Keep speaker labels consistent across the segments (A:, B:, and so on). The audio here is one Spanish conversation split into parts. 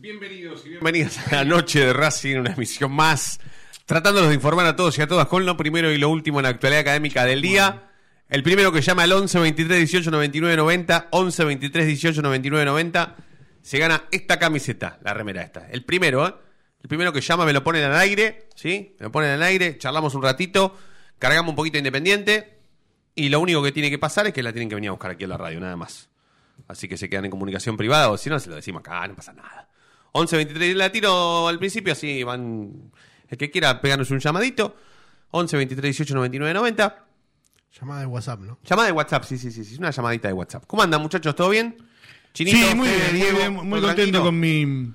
A: bienvenidos a la noche de Racing, una emisión más, tratándonos de informar a todos y a todas con lo primero y lo último en la actualidad académica del día. Bueno. El primero que llama al 11 23 18 99 90, 11 23 18 99 90, se gana esta camiseta, la remera esta. El primero, ¿eh? El primero que llama me lo ponen al aire, ¿sí? Me lo ponen al aire, charlamos un ratito, cargamos un poquito de independiente y lo único que tiene que pasar es que la tienen que venir a buscar aquí a la radio, nada más. Así que se quedan en comunicación privada o si no, se lo decimos acá, no pasa nada. 11 23 la tiro al principio, así van. El que quiera pegarnos un llamadito. 11 23 18 99 90.
B: Llamada de WhatsApp, ¿no?
A: Llamada de WhatsApp, sí, sí, sí, sí. Una llamadita de WhatsApp. ¿Cómo andan, muchachos? ¿Todo bien?
C: Chinito, sí, muy bien, Diego, muy, bien, muy contento con mi.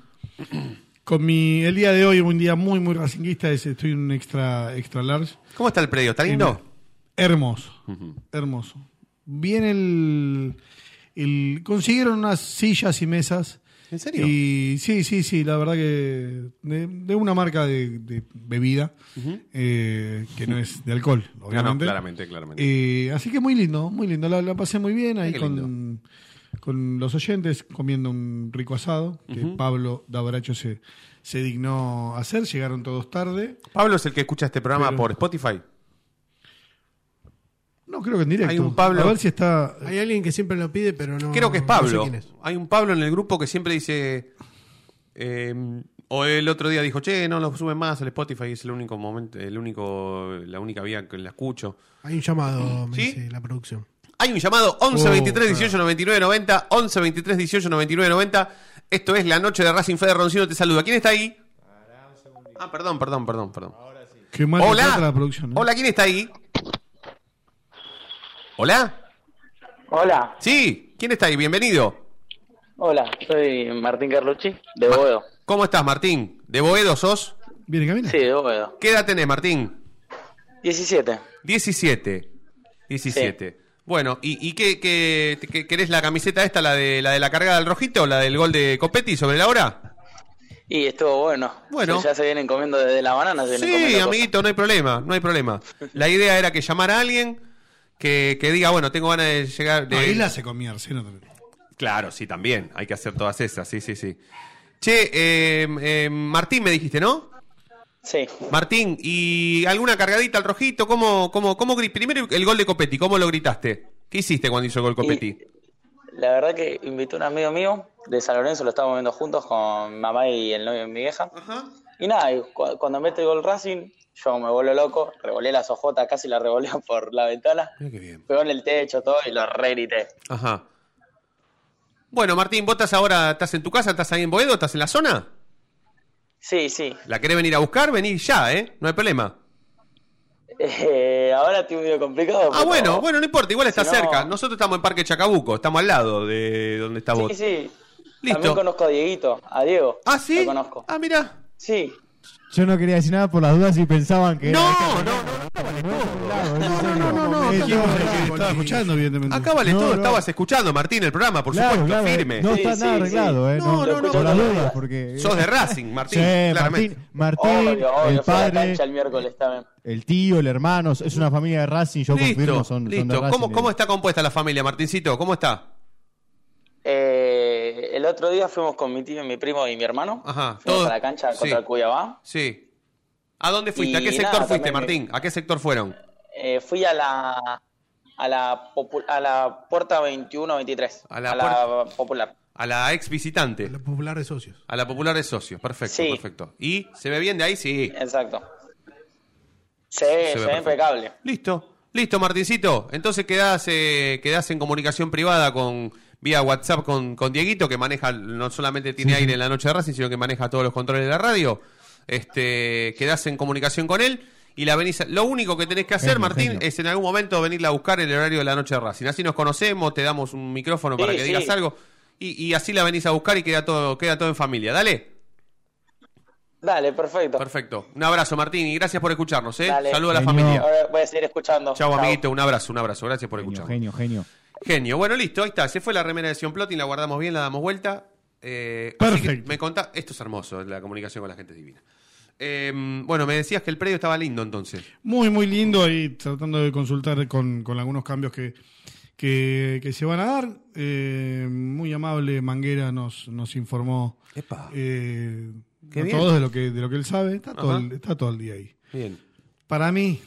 C: Con mi. El día de hoy, un día muy, muy racinguista. Es, estoy en un extra, extra large.
A: ¿Cómo está el predio? ¿Está lindo?
C: En, hermoso. Uh -huh. Hermoso. Bien el, el. Consiguieron unas sillas y mesas.
A: ¿En serio?
C: Y sí, sí, sí, la verdad que de, de una marca de, de bebida uh -huh. eh, que no es de alcohol, obviamente. No, no,
A: claramente, claramente.
C: Eh, así que muy lindo, muy lindo. La, la pasé muy bien ahí con, con, los oyentes comiendo un rico asado que uh -huh. Pablo Dabracho se, se dignó hacer. Llegaron todos tarde.
A: Pablo es el que escucha este programa Pero, por Spotify.
C: No, creo que en directo.
A: Hay un Pablo.
C: A ver si está.
B: Hay alguien que siempre lo pide, pero Mm, no.
A: Creo que es Pablo.
B: no sé quién es.
A: Hay un Pablo en el grupo que siempre dice. eh, o el otro día dijo, che, no lo suben más al Spotify, es el único momento, el único, la única vía que la escucho.
B: Hay un llamado, me
A: ¿Sí?
B: dice la producción.
A: Hay un llamado
B: Oh,
A: 11 23 18 99 90, 11 23 18 99 90. Esto es la noche de Racing Fede Roncino, te saluda. ¿Quién está ahí? Ah, perdón, perdón, perdón, perdón.
C: Ahora sí. Qué mal
A: Hola.
C: que la producción. ¿eh?
A: Hola, ¿quién está ahí? Hola.
D: Hola,
A: Sí, ¿quién está ahí? Bienvenido.
D: hola, soy Martín Carlucci, de Boedo.
A: ¿Cómo estás, Martín? ¿De Boedo sos?
C: Viene camina.
D: Sí, de Boedo.
A: ¿Qué edad tenés, Martín?
D: 17.
A: 17. 17. Bueno, ¿y, y qué, qué, qué- querés la camiseta esta, la de la de la cargada del rojito, la del gol de Copetti sobre la hora?
D: Y estuvo bueno.
A: Bueno.
D: Sí, ya se vienen comiendo desde la banana. Se vienen
A: Sí,
D: comiendo
A: amiguito, no hay problema, no hay problema. La idea era que llamara a alguien que, que diga, bueno, tengo ganas de llegar... De...
C: No, él hace comer, sí, no te-
A: Claro, sí, también. Hay que hacer todas esas, sí, sí, sí. Che, eh, eh, Martín me dijiste, ¿no?
D: cosas. Sí.
A: Martín, ¿y alguna cargadita al rojito? ¿Cómo, cómo, cómo, gri- primero el gol de Copetti, ¿cómo lo gritaste? ¿Qué hiciste cuando hizo el gol Copetti?
D: La verdad que invitó un amigo mío de San Lorenzo, lo estábamos viendo juntos con mamá y el novio de mi vieja. Y nada, y cu- cuando mete el gol Racing, yo me vuelvo loco, revolé la sojota, casi la revolé por la ventana,
A: Mira qué bien.
D: pegó en el techo todo y lo re grité.
A: Ajá. Bueno, Martín, ¿vos estás ahora, estás en tu casa, estás ahí en Boedo, estás en la zona?
D: Sí, sí.
A: ¿La querés venir a buscar? Vení ya, ¿eh? No hay problema.
D: Eh, ahora estoy medio complicado.
A: Ah,
D: pero-
A: bueno, bueno, no importa, igual está
D: Si no-
A: cerca. Nosotros estamos en Parque Chacabuco, estamos al lado de donde estás vos.
D: Sí, sí.
A: Listo.
D: También conozco a Dieguito, a Diego.
A: Ah, ¿sí?
D: Lo conozco.
A: Ah, mira.
D: Sí.
E: Yo no quería decir nada por las dudas y pensaban que.
A: No, no,
E: era-
A: no,
C: No,
E: Claro, es en
C: no,
E: serio.
C: no, no,
E: Esto-
C: no, no, estaba escuchando, evidentemente.
A: Acá vale
E: No,
A: todo,
E: no.
A: estabas escuchando, Martín, el programa, por
E: claro,
A: supuesto,
E: claro,
A: firme.
E: No está
D: Sí,
E: nada
D: sí,
E: arreglado,
D: sí.
E: ¿eh?
A: No, no, no,
E: Por las
D: no.
E: dudas, porque. eh,
A: Sos de Racing, Martín,
E: Sí,
A: claramente.
E: Martín, Martín,
D: obvio, obvio,
E: el
D: fue a la
E: padre,
D: cancha el miércoles también.
E: el tío, el hermano, es una familia de Racing, yo confirmo, son, son de
A: listo.
E: Racing. eh.
A: ¿Cómo, cómo está compuesta la familia, Martincito? ¿Cómo está?
D: Eh, el otro día fuimos con mi tío, mi primo y mi hermano.
A: Ajá,
D: Fuimos
A: todo-
D: a la cancha
A: sí.
D: contra el Cuyabá.
A: Sí. ¿A dónde fuiste? ¿A
D: Y
A: qué sector
D: nada,
A: fuiste,
D: también me-
A: Martín? ¿A qué sector fueron?
D: Eh, fui a la a la popu- a la puerta 21 23
A: A la
D: popular.
A: A la ex visitante.
B: Los populares socios.
A: A la popular de socios. Perfecto,
D: Sí.
A: perfecto. ¿Y se ve bien de ahí? Sí.
D: Exacto. Se ve,
A: Se ve
D: se ve
A: perfecto.
D: impecable.
A: Listo. Listo, Martincito. Entonces quedás, eh, quedás en comunicación privada con vía WhatsApp con, con Dieguito, que maneja, no solamente tiene aire en la noche de Racing, sino que maneja todos los controles de la radio. Este, quedás en comunicación con él y la venís. a- Lo único que tenés que hacer,
E: Genio,
A: Martín,
E: genio.
A: es en algún momento venirla a buscar el horario de la noche de Racing. Así nos conocemos, te damos un micrófono para
D: Sí,
A: que
D: sí.
A: digas algo y, y así la venís a buscar y queda todo, queda todo en familia. Dale.
D: Dale, perfecto.
A: Perfecto. Un abrazo, Martín, y gracias por escucharnos, ¿eh?
D: Dale.
A: Saludos a la
E: Genio.
A: familia.
D: Ahora voy a seguir escuchando.
A: Chau, amiguito. Un abrazo, un abrazo. Gracias por
E: Genio,
A: escucharnos.
E: genio, genio.
A: Genio, bueno, listo, ahí está. Se fue la remera de Sion Plotin, la guardamos bien, la damos vuelta. Eh, así que
C: Perfecto.
A: Me contá, esto es hermoso, la comunicación con la gente es divina. Eh, bueno, me decías que el predio estaba lindo entonces.
C: Muy, muy lindo y tratando de consultar con, con algunos cambios que, que, que se van a dar. Eh, muy amable Manguera nos, nos informó
A: Epa.
C: eh,
A: Qué
C: a
A: bien.
C: todos de lo que, de lo que él sabe. Está todo,
A: Ajá.
C: el, está todo el día ahí.
A: Bien.
C: Para mí,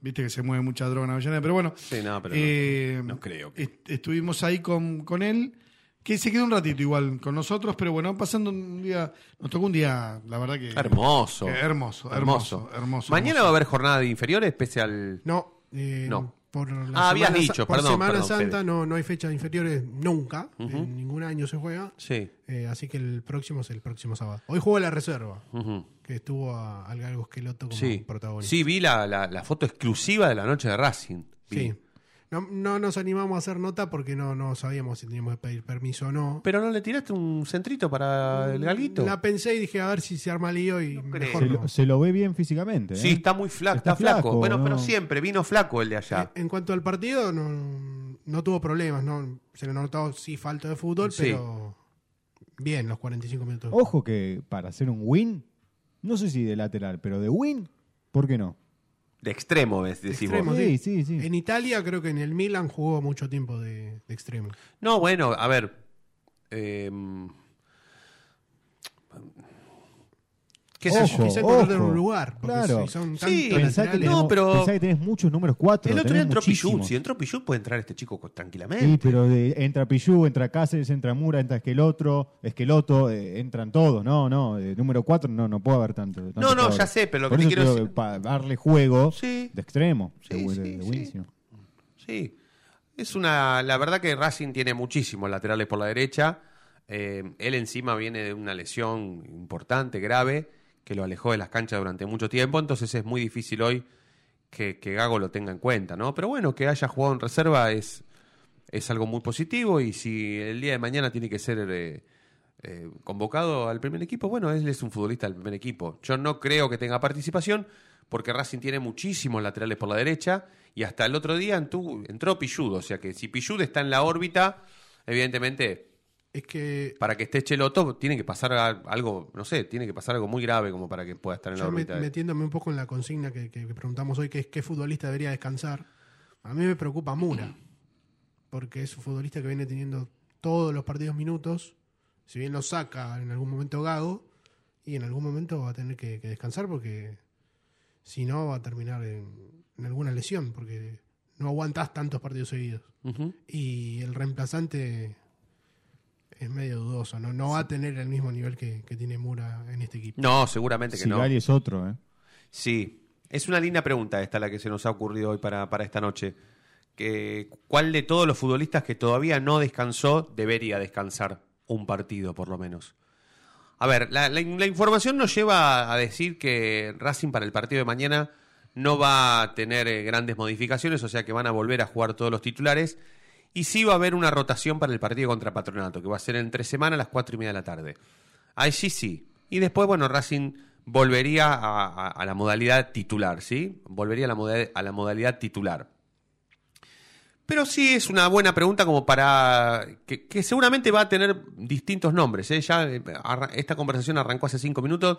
C: viste que se mueve mucha droga en Avellaneda, pero bueno.
A: Sí, no, pero no-
C: eh,
A: no creo que-
C: est- estuvimos ahí con, con él, que se quedó un ratito igual con nosotros, pero bueno, pasando un día, nos tocó un día, la verdad
B: Eh,
C: que...
A: Hermoso.
C: que hermoso, hermoso, hermoso.
A: Mañana va a
C: hermoso.
A: haber jornada de inferiores, pese al.
B: No. eh,
A: No.
B: Por la
A: Ah, habías
B: Semana Sa-
A: dicho,
B: por
A: perdón,
B: Semana
A: perdón,
B: Santa
A: Fede.
B: no, no hay fechas inferiores nunca. En ningún año se juega.
A: Sí.
B: Eh, así que el próximo es el próximo sábado. Hoy juega la reserva,
A: Ujú.
B: que estuvo a Algalgo Esqueloto como
A: Sí.
B: protagonista.
A: Sí, vi la, la- la foto exclusiva de la noche de Racing. Vi.
B: Sí. No, no nos animamos a hacer nota porque no, no sabíamos si teníamos que pedir permiso o no.
A: Pero no le tiraste un centrito para el galguito.
B: La pensé y dije, a ver si se arma lío y mejor
E: Se
B: no.
E: lo, se lo ve bien físicamente. ¿eh?
A: Sí, está muy flaco, está,
E: Está
A: flaco.
E: flaco,
A: Bueno,
E: ¿no?
A: pero siempre vino flaco el de allá.
B: En cuanto al partido, no, no tuvo problemas. No, se le notó sí falta de fútbol,
A: Sí.
B: pero bien los 45 minutos.
E: Ojo que para hacer un win, no sé si de lateral, pero de win, ¿por qué no?
A: De extremo, ves, decís vos.
B: Extremo,
E: Sí, sí, sí.
B: En Italia creo que en el Milan jugó mucho tiempo de, de extremo.
A: No, bueno, a ver. eh, ¿Qué sé
E: Ojo,
A: yo?
B: Quizá encontrarte en
E: ojo.
B: un lugar, porque
E: Claro.
B: si son tantos
A: Sí,
E: Pensá que,
B: laterales-
A: no,
E: tenemos-
A: pero-
E: pensá que tenés muchos números 4.
A: El otro día entró Pichu. Si entró Pichu, puede entrar este chico co- tranquilamente.
E: Sí, pero de- entra Pillú, entra Cáceres, entra Mura, entra Esqueloto, Esqueloto, eh, entran todos. No, no, eh, número 4 no, no puede haber tanto. tanto
A: No, no,
E: jugador.
A: ya sé, pero lo
E: Por
A: que te
E: eso
A: quiero
E: digo
A: decir-
E: que Para darle juego
A: Sí.
E: de extremo.
A: Sí,
E: de-
A: sí,
E: de- de
A: sí.
E: buenísimo.
A: Sí. Es una. La verdad que Racing tiene muchísimos laterales por la derecha. Eh, él encima viene de una lesión importante, grave, que lo alejó de las canchas durante mucho tiempo. Entonces es muy difícil hoy que, que Gago lo tenga en cuenta, ¿no? Pero bueno, que haya jugado en reserva es, es algo muy positivo. Y si el día de mañana tiene que ser eh, eh, convocado al primer equipo, bueno, él es un futbolista del primer equipo. Yo no creo que tenga participación porque Racing tiene muchísimos laterales por la derecha y hasta el otro día entu- entró Pilludo. O sea que si Pilludo está en la órbita, evidentemente,
B: Es que
A: para que esté Cheloto, tiene que pasar a- algo, no sé, tiene que pasar algo muy grave como para que pueda estar en la
B: yo me-
A: órbita. de-
B: metiéndome un poco en la consigna que, que preguntamos hoy, que es qué futbolista debería descansar, a mí me preocupa Mura, porque es un futbolista que viene teniendo todos los partidos minutos, si bien lo saca en algún momento Gago, y en algún momento va a tener que, que descansar porque si no va a terminar en, en alguna lesión, porque no aguantás tantos partidos seguidos.
A: Ujú.
B: Y el reemplazante es medio dudoso, no, no va a tener el mismo nivel que, que tiene Mura en este equipo.
A: No, seguramente que no.
E: Sigali es otro, ¿eh?
A: Sí, es una linda pregunta esta la que se nos ha ocurrido hoy para, para esta noche. Que, ¿Cuál de todos los futbolistas que todavía no descansó debería descansar un partido, por lo menos? A ver, la, la- la información nos lleva a decir que Racing para el partido de mañana no va a tener eh, grandes modificaciones, o sea que van a volver a jugar todos los titulares. Y sí va a haber una rotación para el partido contra Patronato, que va a ser entre semana a las cuatro y media de la tarde. Allí sí. Y después, bueno, Racing volvería a, a- a la modalidad titular, ¿sí? Volvería a la, moda- a la modalidad titular. Pero sí es una buena pregunta como para... que, que seguramente va a tener distintos nombres. ¿eh? Ya eh, arra- esta conversación arrancó hace cinco minutos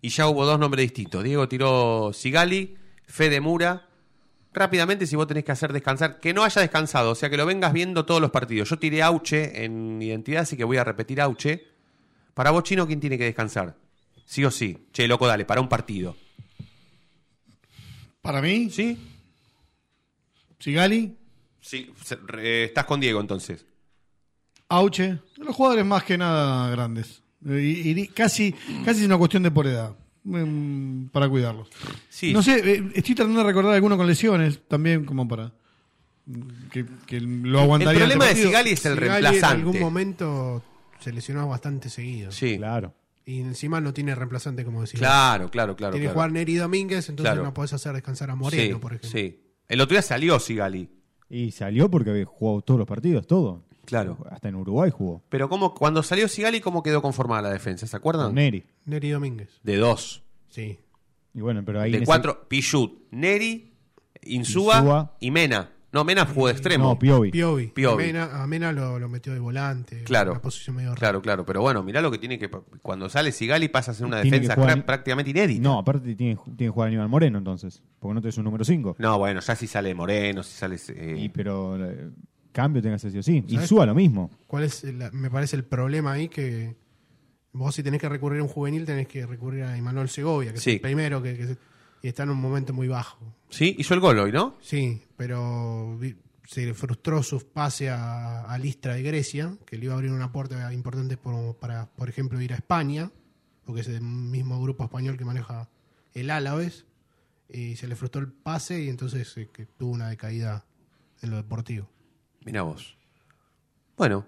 A: y ya hubo dos nombres distintos. Diego tiró Sigali, Fede Mura. Rápidamente, si vos tenés que hacer descansar, que no haya descansado, o sea, que lo vengas viendo todos los partidos. Yo tiré Auche en identidad, así que voy a repetir Auche. Para vos, Chino, ¿quién tiene que descansar? Sí o sí. Che, loco, dale, para un partido.
C: Para mí,
A: ¿Sí?
C: Sigali,
A: Sí. se- re- eh, estás con Diego, entonces.
C: Auche, los jugadores más que nada grandes. Eh, Y, y casi, casi es una cuestión de por edad. mm, Para cuidarlos.
A: Sí.
C: No sé, eh, estoy tratando de recordar alguno con lesiones también, como para. que, que lo aguantaría.
A: El problema
C: ante
A: de
C: partido.
A: Sigali es el
B: Sigali En
A: reemplazante.
B: algún momento se lesionó bastante seguido.
A: Sí,
E: Claro.
B: Y encima no tiene reemplazante, como decía.
A: claro, claro, claro.
B: tiene
A: claro.
B: Juan Neri Domínguez, entonces
A: Claro.
B: no podés hacer descansar a Moreno,
A: sí,
B: por ejemplo.
A: sí. El otro día salió Sigali.
E: Y salió porque había jugado todos los partidos, todo.
A: Claro.
E: Hasta en Uruguay jugó.
A: Pero como cuando salió Sigali, ¿cómo quedó conformada la defensa? ¿Se acuerdan?
E: Con Neri.
B: Neri Domínguez,
A: De dos.
B: sí.
E: Y bueno, pero ahí. en
A: de
E: ese-
A: cuatro, Pichut, Neri, Insúa,
E: Insúa.
A: y Mena. No, Mena jugó de extremo.
E: No, Piovi.
B: Piovi.
A: Piovi.
B: Amena, Amena lo, lo metió de volante.
A: Claro.
B: Una posición medio rara.
A: Claro, claro. Pero bueno, mirá lo que tiene que. Cuando sale Sigali pasa a ser una
E: Tiene
A: defensa
E: que jugar-
A: cra- prácticamente inédita.
E: No, aparte tiene, tiene que jugar Aníbal Moreno entonces. Porque no tenés un número 5.
A: No, bueno, ya si sale Moreno, si sale. eh,
E: Y pero eh, cambio tenga que hacer sí o sí. Y
B: ¿Sabes?
E: suba lo mismo.
B: ¿Cuál es, el- me parece, el problema ahí? Que vos si tenés que recurrir a un juvenil, tenés que recurrir a Emanuel Segovia, que
A: Sí.
B: es el primero, que, que se- y está en un momento muy bajo.
A: Sí, hizo el gol hoy, ¿no?
B: Sí, pero vi- se frustró su pase a, a Listra de Grecia, que le iba a abrir una puerta importante por- para, por ejemplo, ir a España, porque es el mismo grupo español que maneja el Álaves, y se le frustró el pase y entonces eh, que tuvo una decaída en lo deportivo.
A: Mirá vos. Bueno,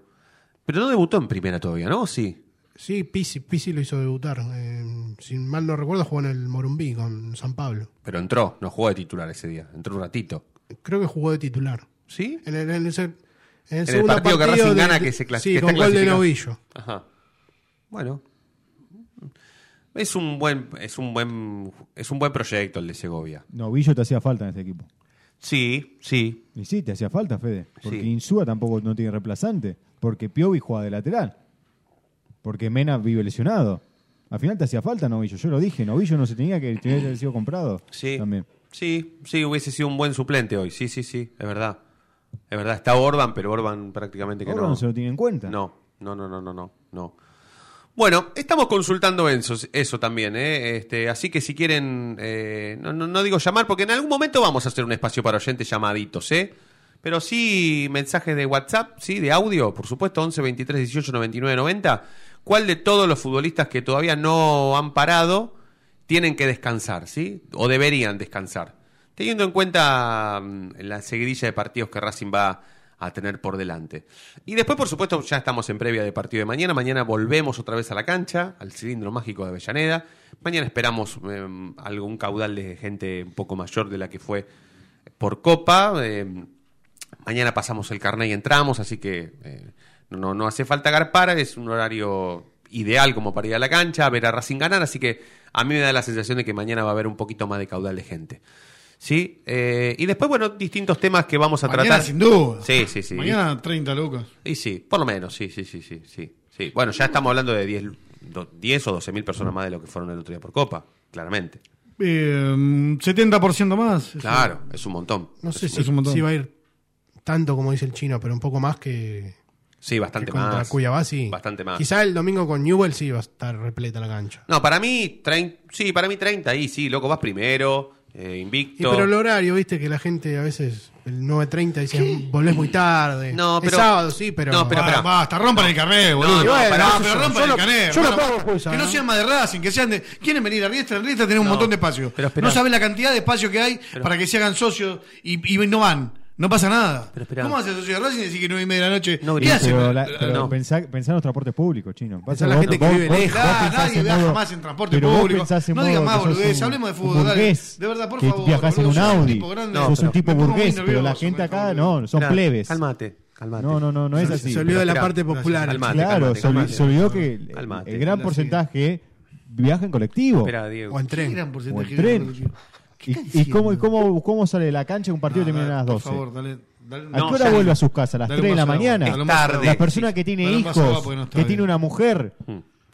A: pero no debutó en primera todavía, ¿no? ¿O Sí.
B: Sí, Pisi, Pisi lo hizo debutar. eh, si mal no recuerdo, jugó en el Morumbí con San Pablo.
A: Pero entró, no jugó de titular ese día, entró un ratito.
B: Creo que jugó de titular.
A: ¿Sí?
B: En el, en el se- en el
A: el
B: segundo
A: partido que Racing
B: de-
A: gana que se clasi-
B: Sí,
A: que está
B: con gol de
A: clasificado.
B: novillo.
A: Ajá. Bueno. Es un buen, es un buen, es un buen proyecto el de Segovia.
E: Novillo te hacía falta en este equipo.
A: Sí, sí.
E: Y sí, te hacía falta, Fede. Porque
A: Sí.
E: Insúa tampoco no tiene reemplazante. Porque Piovi juega de lateral. Porque Mena vive lesionado. Al final te hacía falta Novillo. Yo lo dije. Novillo no se tenía que tenía que haber sido comprado.
A: Sí.
E: También.
A: Sí, sí, hubiese sido un buen suplente hoy. Sí, sí, sí, es verdad. Es verdad, está Orban, pero Orban prácticamente que
E: Ahora
A: no.
E: no se lo tiene en cuenta.
A: No, no, no, no, no, no, no. Bueno, estamos consultando eso, eso también, ¿eh? Este, así que si quieren, eh, no, no- no digo llamar, porque en algún momento vamos a hacer un espacio para oyentes llamaditos, ¿eh? Pero sí mensajes de WhatsApp, sí, de audio, por supuesto, 11 23 18 99 90. ¿Cuál de todos los futbolistas que todavía no han parado tienen que descansar, sí? O deberían descansar. Teniendo en cuenta mm, la seguidilla de partidos que Racing va a tener por delante. Y después, por supuesto, ya estamos en previa de partido de mañana. Mañana volvemos otra vez a la cancha, al cilindro mágico de Avellaneda. Mañana esperamos eh, algún caudal de gente un poco mayor de la que fue por Copa. Eh, mañana pasamos el carnet y entramos, así que eh, no, no, no hace falta garpar, es un horario ideal como para ir a la cancha, a ver a Racing ganar, así que a mí me da la sensación de que mañana va a haber un poquito más de caudal de gente. ¿Sí? Eh, y después, bueno, distintos temas que vamos a
C: Mañana,
A: tratar.
C: sin duda.
A: Sí, sí, sí.
C: Mañana 30 lucas.
A: Y sí, por lo menos, sí, sí, sí, sí, sí. sí. Bueno, ya estamos hablando de 10, do- 10 o 12 mil personas
C: Mm.
A: más de lo que fueron el otro día por Copa, claramente.
C: Eh, 70% más.
A: Claro, es un montón.
B: No sé si,
C: es un montón.
B: si va a ir tanto como dice el chino, pero un poco más que,
A: Sí,
B: que
A: bastante
B: contra
A: más.
B: Cuyabá, sí.
A: Bastante más.
B: Quizá el domingo con Newell sí va a estar repleta la cancha.
A: No, para mí, 30, sí, para mí 30 ahí, sí, loco, vas primero, eh,
B: Y,
A: invicto.
B: pero el horario, viste, que la gente a veces, el 9.30 dice, volvés muy tarde.
A: No,
B: Es
A: pero-
B: sábado, sí, pero...
A: No, pero-
C: Ah,
A: Esperá.
C: basta, rompan el carnet, boludo.
A: no,
C: Ah,
A: pará,
C: pero
B: yo-
C: rompan
B: yo
C: el
B: no-
C: carnet.
B: yo no
C: hermano.
B: pago pulsa,
C: que no
B: ¿no?
C: sean más de Racing, que sean de. Quieren venir a Riestra, en Riestra tenemos un montón de espacio.
A: pero esperá.
C: no saben la cantidad de espacio que hay para que se hagan socios y, y no van. No pasa nada.
A: Pero esperá.
C: ¿Cómo hace socio de Racing y decir que 9 y media de la noche?
A: No
C: ¿Qué
A: grites.
C: hace?
E: Pero, la-
C: Claro,
E: pero
A: no.
E: pensá, pensá en los transportes públicos, chino. Pasa
B: Pensá en la gente que vive lejos.
C: nadie viaja más en transporte público. No digas más boludez, hablemos de fútbol, dale. De verdad, por favor,
E: Viajas en
C: boludo,
E: un
C: sos un
E: Audi.
C: tipo grande.
A: No,
E: sos
A: pero-
E: un tipo
C: me pongo muy
E: burgués, pero la
C: nervioso,
E: gente
C: me
E: acá
C: pongo
E: no, son
A: Claro,
E: plebes.
A: Cálmate, cálmate.
E: No, no, no, no es
B: Se-
E: así.
B: se olvidó de la
A: Esperá,
B: parte
A: gracias.
B: popular.
A: Calmate,
E: Claro,
A: calmate,
E: se olvidó-
A: calmate.
E: se olvidó que el-
A: Calmate.
E: el gran porcentaje viaja en colectivo.
A: Espera, Diego.
B: O en tren.
C: Qué gran
E: O
C: porcentaje
E: en
C: de
E: tren.
C: población.
E: ¿Y, y cómo, y cómo, cómo sale de la cancha un partido y termina a las 12?
C: Ah, Por favor, dale. dale
E: ¿A
C: no,
E: qué hora
C: ya.
E: vuelve a sus casas? ¿A las
C: Dale un
E: 3 de la
C: vaso de agua,
E: mañana?
C: dale un
A: Es
C: vaso de
A: tarde.
C: agua.
E: La persona que tiene
C: Dale un vaso de agua
E: hijos,
C: porque no está
E: que
C: bien. Mm.
E: tiene una mujer,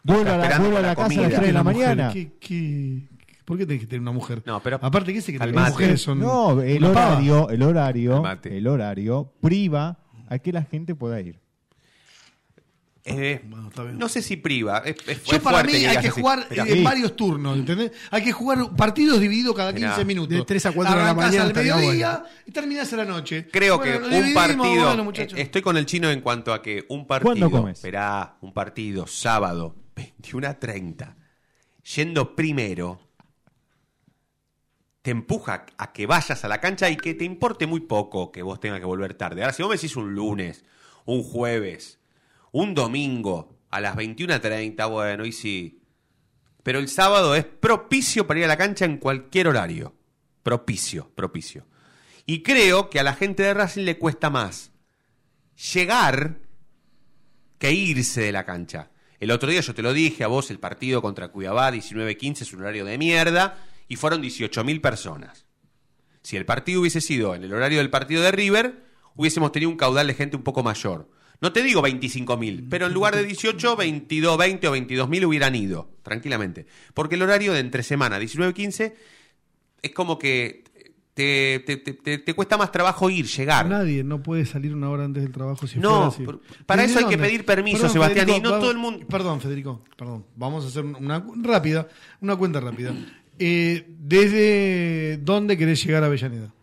E: vuelve a la,
A: esperando
E: vuelve a la
A: la
E: casa a
A: comida.
E: las 3 de la
C: Mujer,
E: mañana.
C: ¿qué- qué- ¿Por qué tenés que tener una mujer?
A: No, pero-
C: Aparte, ¿qué es que las
A: Calmate.
C: mujeres son.
E: No, el
C: una pava?
E: horario, el horario,
A: Calmate.
E: el horario priva a que la gente pueda ir.
A: Eh,
C: Bueno, está bien.
A: no sé si priva. Es, es- es
C: Yo para
A: fuerte
C: mí hay
A: digas
C: que
A: así.
C: jugar
A: Esperá.
C: en varios turnos, ¿entendés? Hay que jugar partidos divididos cada 15
A: Mirá.
C: minutos.
B: De tres a cuatro de la
C: Arrancás
B: mañana
C: al
B: estaría
C: mediodía y terminás a la noche.
A: Creo
C: Bueno, lo
A: que un
C: dividimos,
A: partido.
C: bueno, muchachos.
A: eh, estoy con el chino en cuanto a que un partido.
E: ¿Cuándo comes?
A: Esperá, un partido sábado, 21 a 30. Yendo primero. te empuja a que vayas a la cancha y que te importe muy poco que vos tengas que volver tarde. Ahora, si vos me decís un lunes, un jueves, un domingo a las 21.30, bueno, y sí. Pero el sábado es propicio para ir a la cancha en cualquier horario. Propicio, propicio. Y creo que a la gente de Racing le cuesta más llegar que irse de la cancha. El otro día yo te lo dije a vos, el partido contra Cuiabá, 19-15, es un horario de mierda, y fueron 18.000 personas. Si el partido hubiese sido en el horario del partido de River, hubiésemos tenido un caudal de gente un poco mayor. No te digo 25.000, pero en lugar de 18, 22, 20 o 22.000 hubieran ido, tranquilamente. Porque el horario de entre semana, 19-15, es como que te, te- te- te- te cuesta más trabajo ir, llegar.
C: Nadie no puede salir una hora antes del trabajo si
A: No,
C: fuera así.
A: por- para eso hay que
C: ¿dónde?
A: pedir permiso, Sebastián, y no
C: vamos-
A: todo el mundo-
C: Perdón, Federico, perdón. Vamos a hacer una cu- rápida, una cuenta rápida. Eh, ¿Desde dónde querés llegar a Avellaneda?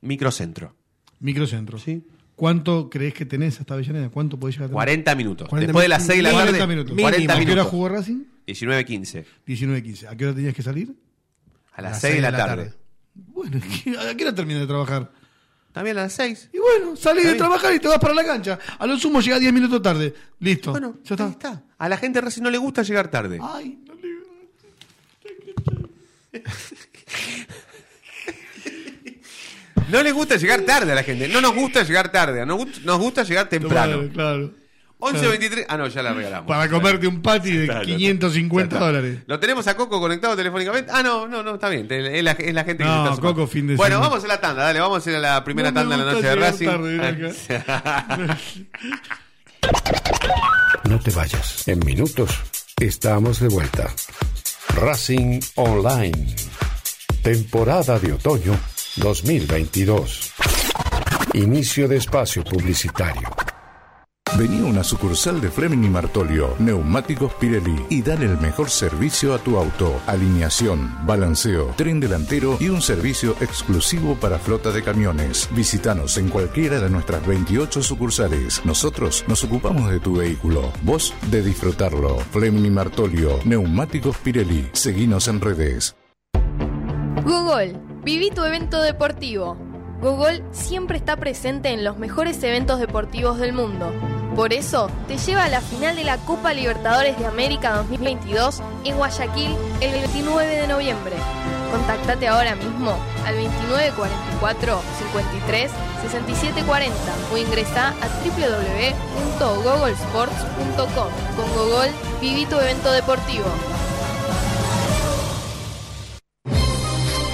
A: Microcentro.
C: Microcentro.
A: Sí.
C: ¿Cuánto crees que tenés hasta Avellaneda? ¿Cuánto podés llegar a tener?
A: 40 minutos.
C: 40
A: Después de las 6 de la tarde,
C: 40 minutos.
A: 40
C: ¿A qué hora
A: minutos.
C: jugó Racing?
A: 19.15.
C: 19.15. ¿A qué hora tenías que salir?
A: A las 6 de la tarde.
C: Bueno, ¿a qué hora terminas de trabajar?
A: También a las 6.
C: Y bueno, salís de
A: bien.
C: trabajar y te vas para la cancha. A lo sumo llegás 10 minutos tarde. Listo.
A: Bueno,
C: ya está. Ah.
A: ahí está. A la gente de Racing no le gusta llegar tarde.
C: Ay, no le...
A: No le gusta llegar tarde a la gente. No nos gusta llegar tarde. Nos gust- nos gusta llegar temprano.
C: Claro, claro.
A: 11.23. Ah, no, ya la regalamos.
C: Para comerte un patty de
A: Claro,
C: 550
A: ya está.
C: dólares.
A: ¿Lo tenemos a Coco conectado telefónicamente? Ah, no, no, no, está bien. te- Es la, es la gente que
C: No,
A: se está sumando.
C: Coco, fin de
A: Bueno,
C: semana.
A: vamos a la tanda, dale, vamos a ir a la primera
C: No me
A: tanda de la noche
C: gusta
A: de Racing.
C: llegar
F: No te vayas. En minutos estamos de vuelta. Racing Online. Temporada de otoño 2022. Inicio de espacio publicitario.
G: Vení a una sucursal de Fleming y Martolio, Neumáticos Pirelli, y dale el mejor servicio a tu auto. Alineación, balanceo, tren delantero y un servicio exclusivo para flota de camiones. Visítanos en cualquiera de nuestras 28 sucursales. Nosotros nos ocupamos de tu vehículo, vos de disfrutarlo. Fleming y Martolio, Neumáticos Pirelli. Seguinos en redes.
H: Google, viví tu evento deportivo. Google siempre está presente en los mejores eventos deportivos del mundo. Por eso, te lleva a la final de la Copa Libertadores de América 2022 en Guayaquil el 29 de noviembre. Contactate ahora mismo al 2944 53 6740 o ingresa a www.googlesports.com. Con Google, viví tu evento deportivo.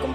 H: con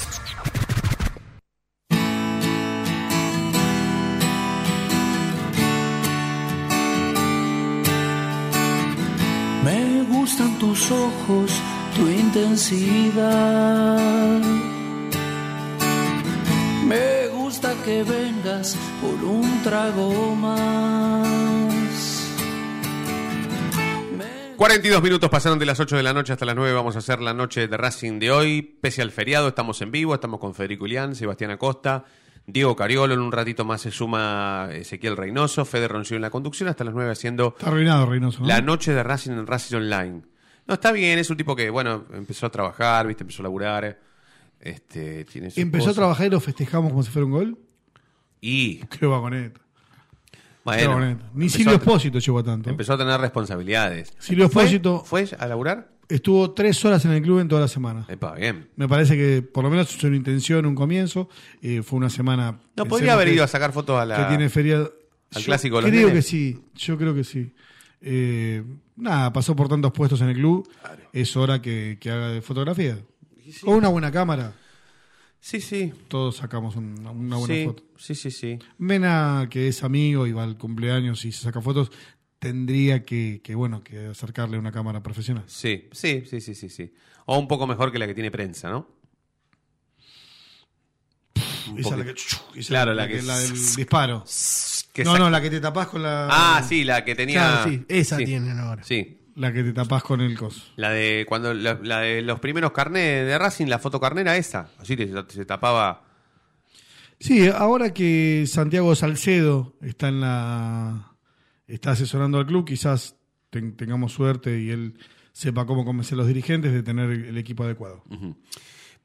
I: Me gustan tus ojos, tu intensidad. Me gusta que vengas por un trago más.
A: 42 minutos pasaron de las 8 de la noche hasta las 9. Vamos a hacer la noche de Racing de hoy. Pese al feriado, estamos en vivo. Estamos con Federico Ilián, Sebastián Acosta, Diego Cariolo. En un ratito más se suma Ezequiel Reynoso, Fede Roncio en la conducción. Hasta las 9 haciendo
C: Está arruinado, Reynoso. ¿no?
A: la noche de Racing en Racing Online. No, está bien. Es un tipo que, bueno, empezó a trabajar, ¿viste? Empezó a laburar. Este, tiene sus
C: Empezó a
A: cosas.
C: trabajar y lo festejamos como si fuera un gol.
A: Y,
C: Qué vagoneta. Qué
A: bueno,
C: vagoneta. Ni
A: empezó
C: Silvio
A: a tra-
C: Espósito llegó a tanto.
A: Empezó a tener responsabilidades.
C: Silvio
A: ¿Fue-
C: Espósito
A: ¿Fue, a laburar?
C: estuvo tres horas en el club en toda la semana.
A: Epa, bien.
C: Me parece que, por lo menos, su intención, un comienzo, eh, fue una semana.
A: No,
C: pensemos
A: podría haber
C: que-
A: ido a sacar fotos a la...
C: que tiene feriado.
A: al
C: Yo
A: clásico de los
C: Creo que
A: nenes.
C: sí, yo creo que sí. Eh, nada, pasó por tantos puestos en el club. Es hora que, que haga de fotografía. Con una buena cámara,
A: Sí, sí.
C: todos sacamos un- una buena
A: sí,
C: foto.
A: sí, sí, sí.
C: Mena, que es amigo y va al cumpleaños y se saca fotos, tendría que, que, bueno, que acercarle una cámara profesional.
A: Sí, sí, sí, sí, sí, sí. O un poco mejor que la que tiene prensa, ¿no? Un
C: Esa es la
A: poquito.
C: que, esa es
A: Claro,
C: la
A: la
C: que-
A: que-
C: la del disparo.
A: Que
C: No,
A: sac-
C: no, la que te tapás con la.
A: Ah, sí, la que tenía...
B: Claro, sí, esa
A: sí,
B: tienen ahora.
A: Sí,
C: La que te tapás con el coso.
A: la de cuando la, la de los primeros carnés de Racing, la foto carnera esa. Así que se, se tapaba...
C: Sí, ahora que Santiago Salcedo está en la está asesorando al club, quizás ten- tengamos suerte y él sepa cómo convencer a los dirigentes de tener el equipo adecuado.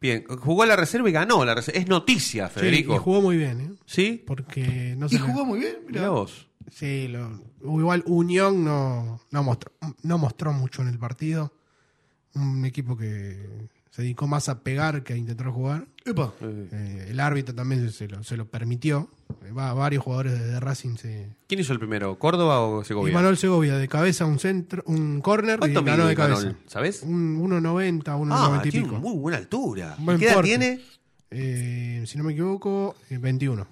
A: Bien, jugó a la reserva y ganó la reserva. Es noticia,
B: Sí,
A: Federico.
B: y jugó muy bien, ¿eh?
A: ¿Sí?
B: Porque no
C: Y
B: se le-
C: jugó muy bien, mirá.
A: Mirá vos.
B: Sí, lo- igual Unión no, no, mostró, no mostró mucho en el partido. Un equipo que se dedicó más a pegar que a intentar jugar.
C: Epa.
B: Eh, el árbitro también se lo, se lo permitió. Eh, va- varios jugadores de Racing se.
A: ¿Quién hizo el primero? ¿Córdoba o Segovia?
B: Y Manuel Segovia de cabeza un centro, un corner y
A: ¿Cuánto mide
B: ganó de cabeza.
A: Imanol? ¿Sabés?
B: Un 1.90, 1.90
A: Ah,
B: y
A: tiene
B: pico.
A: muy buena altura.
B: Un buen
A: ¿Qué edad
B: porte.
A: tiene?
B: Eh, si no me equivoco, eh, 21.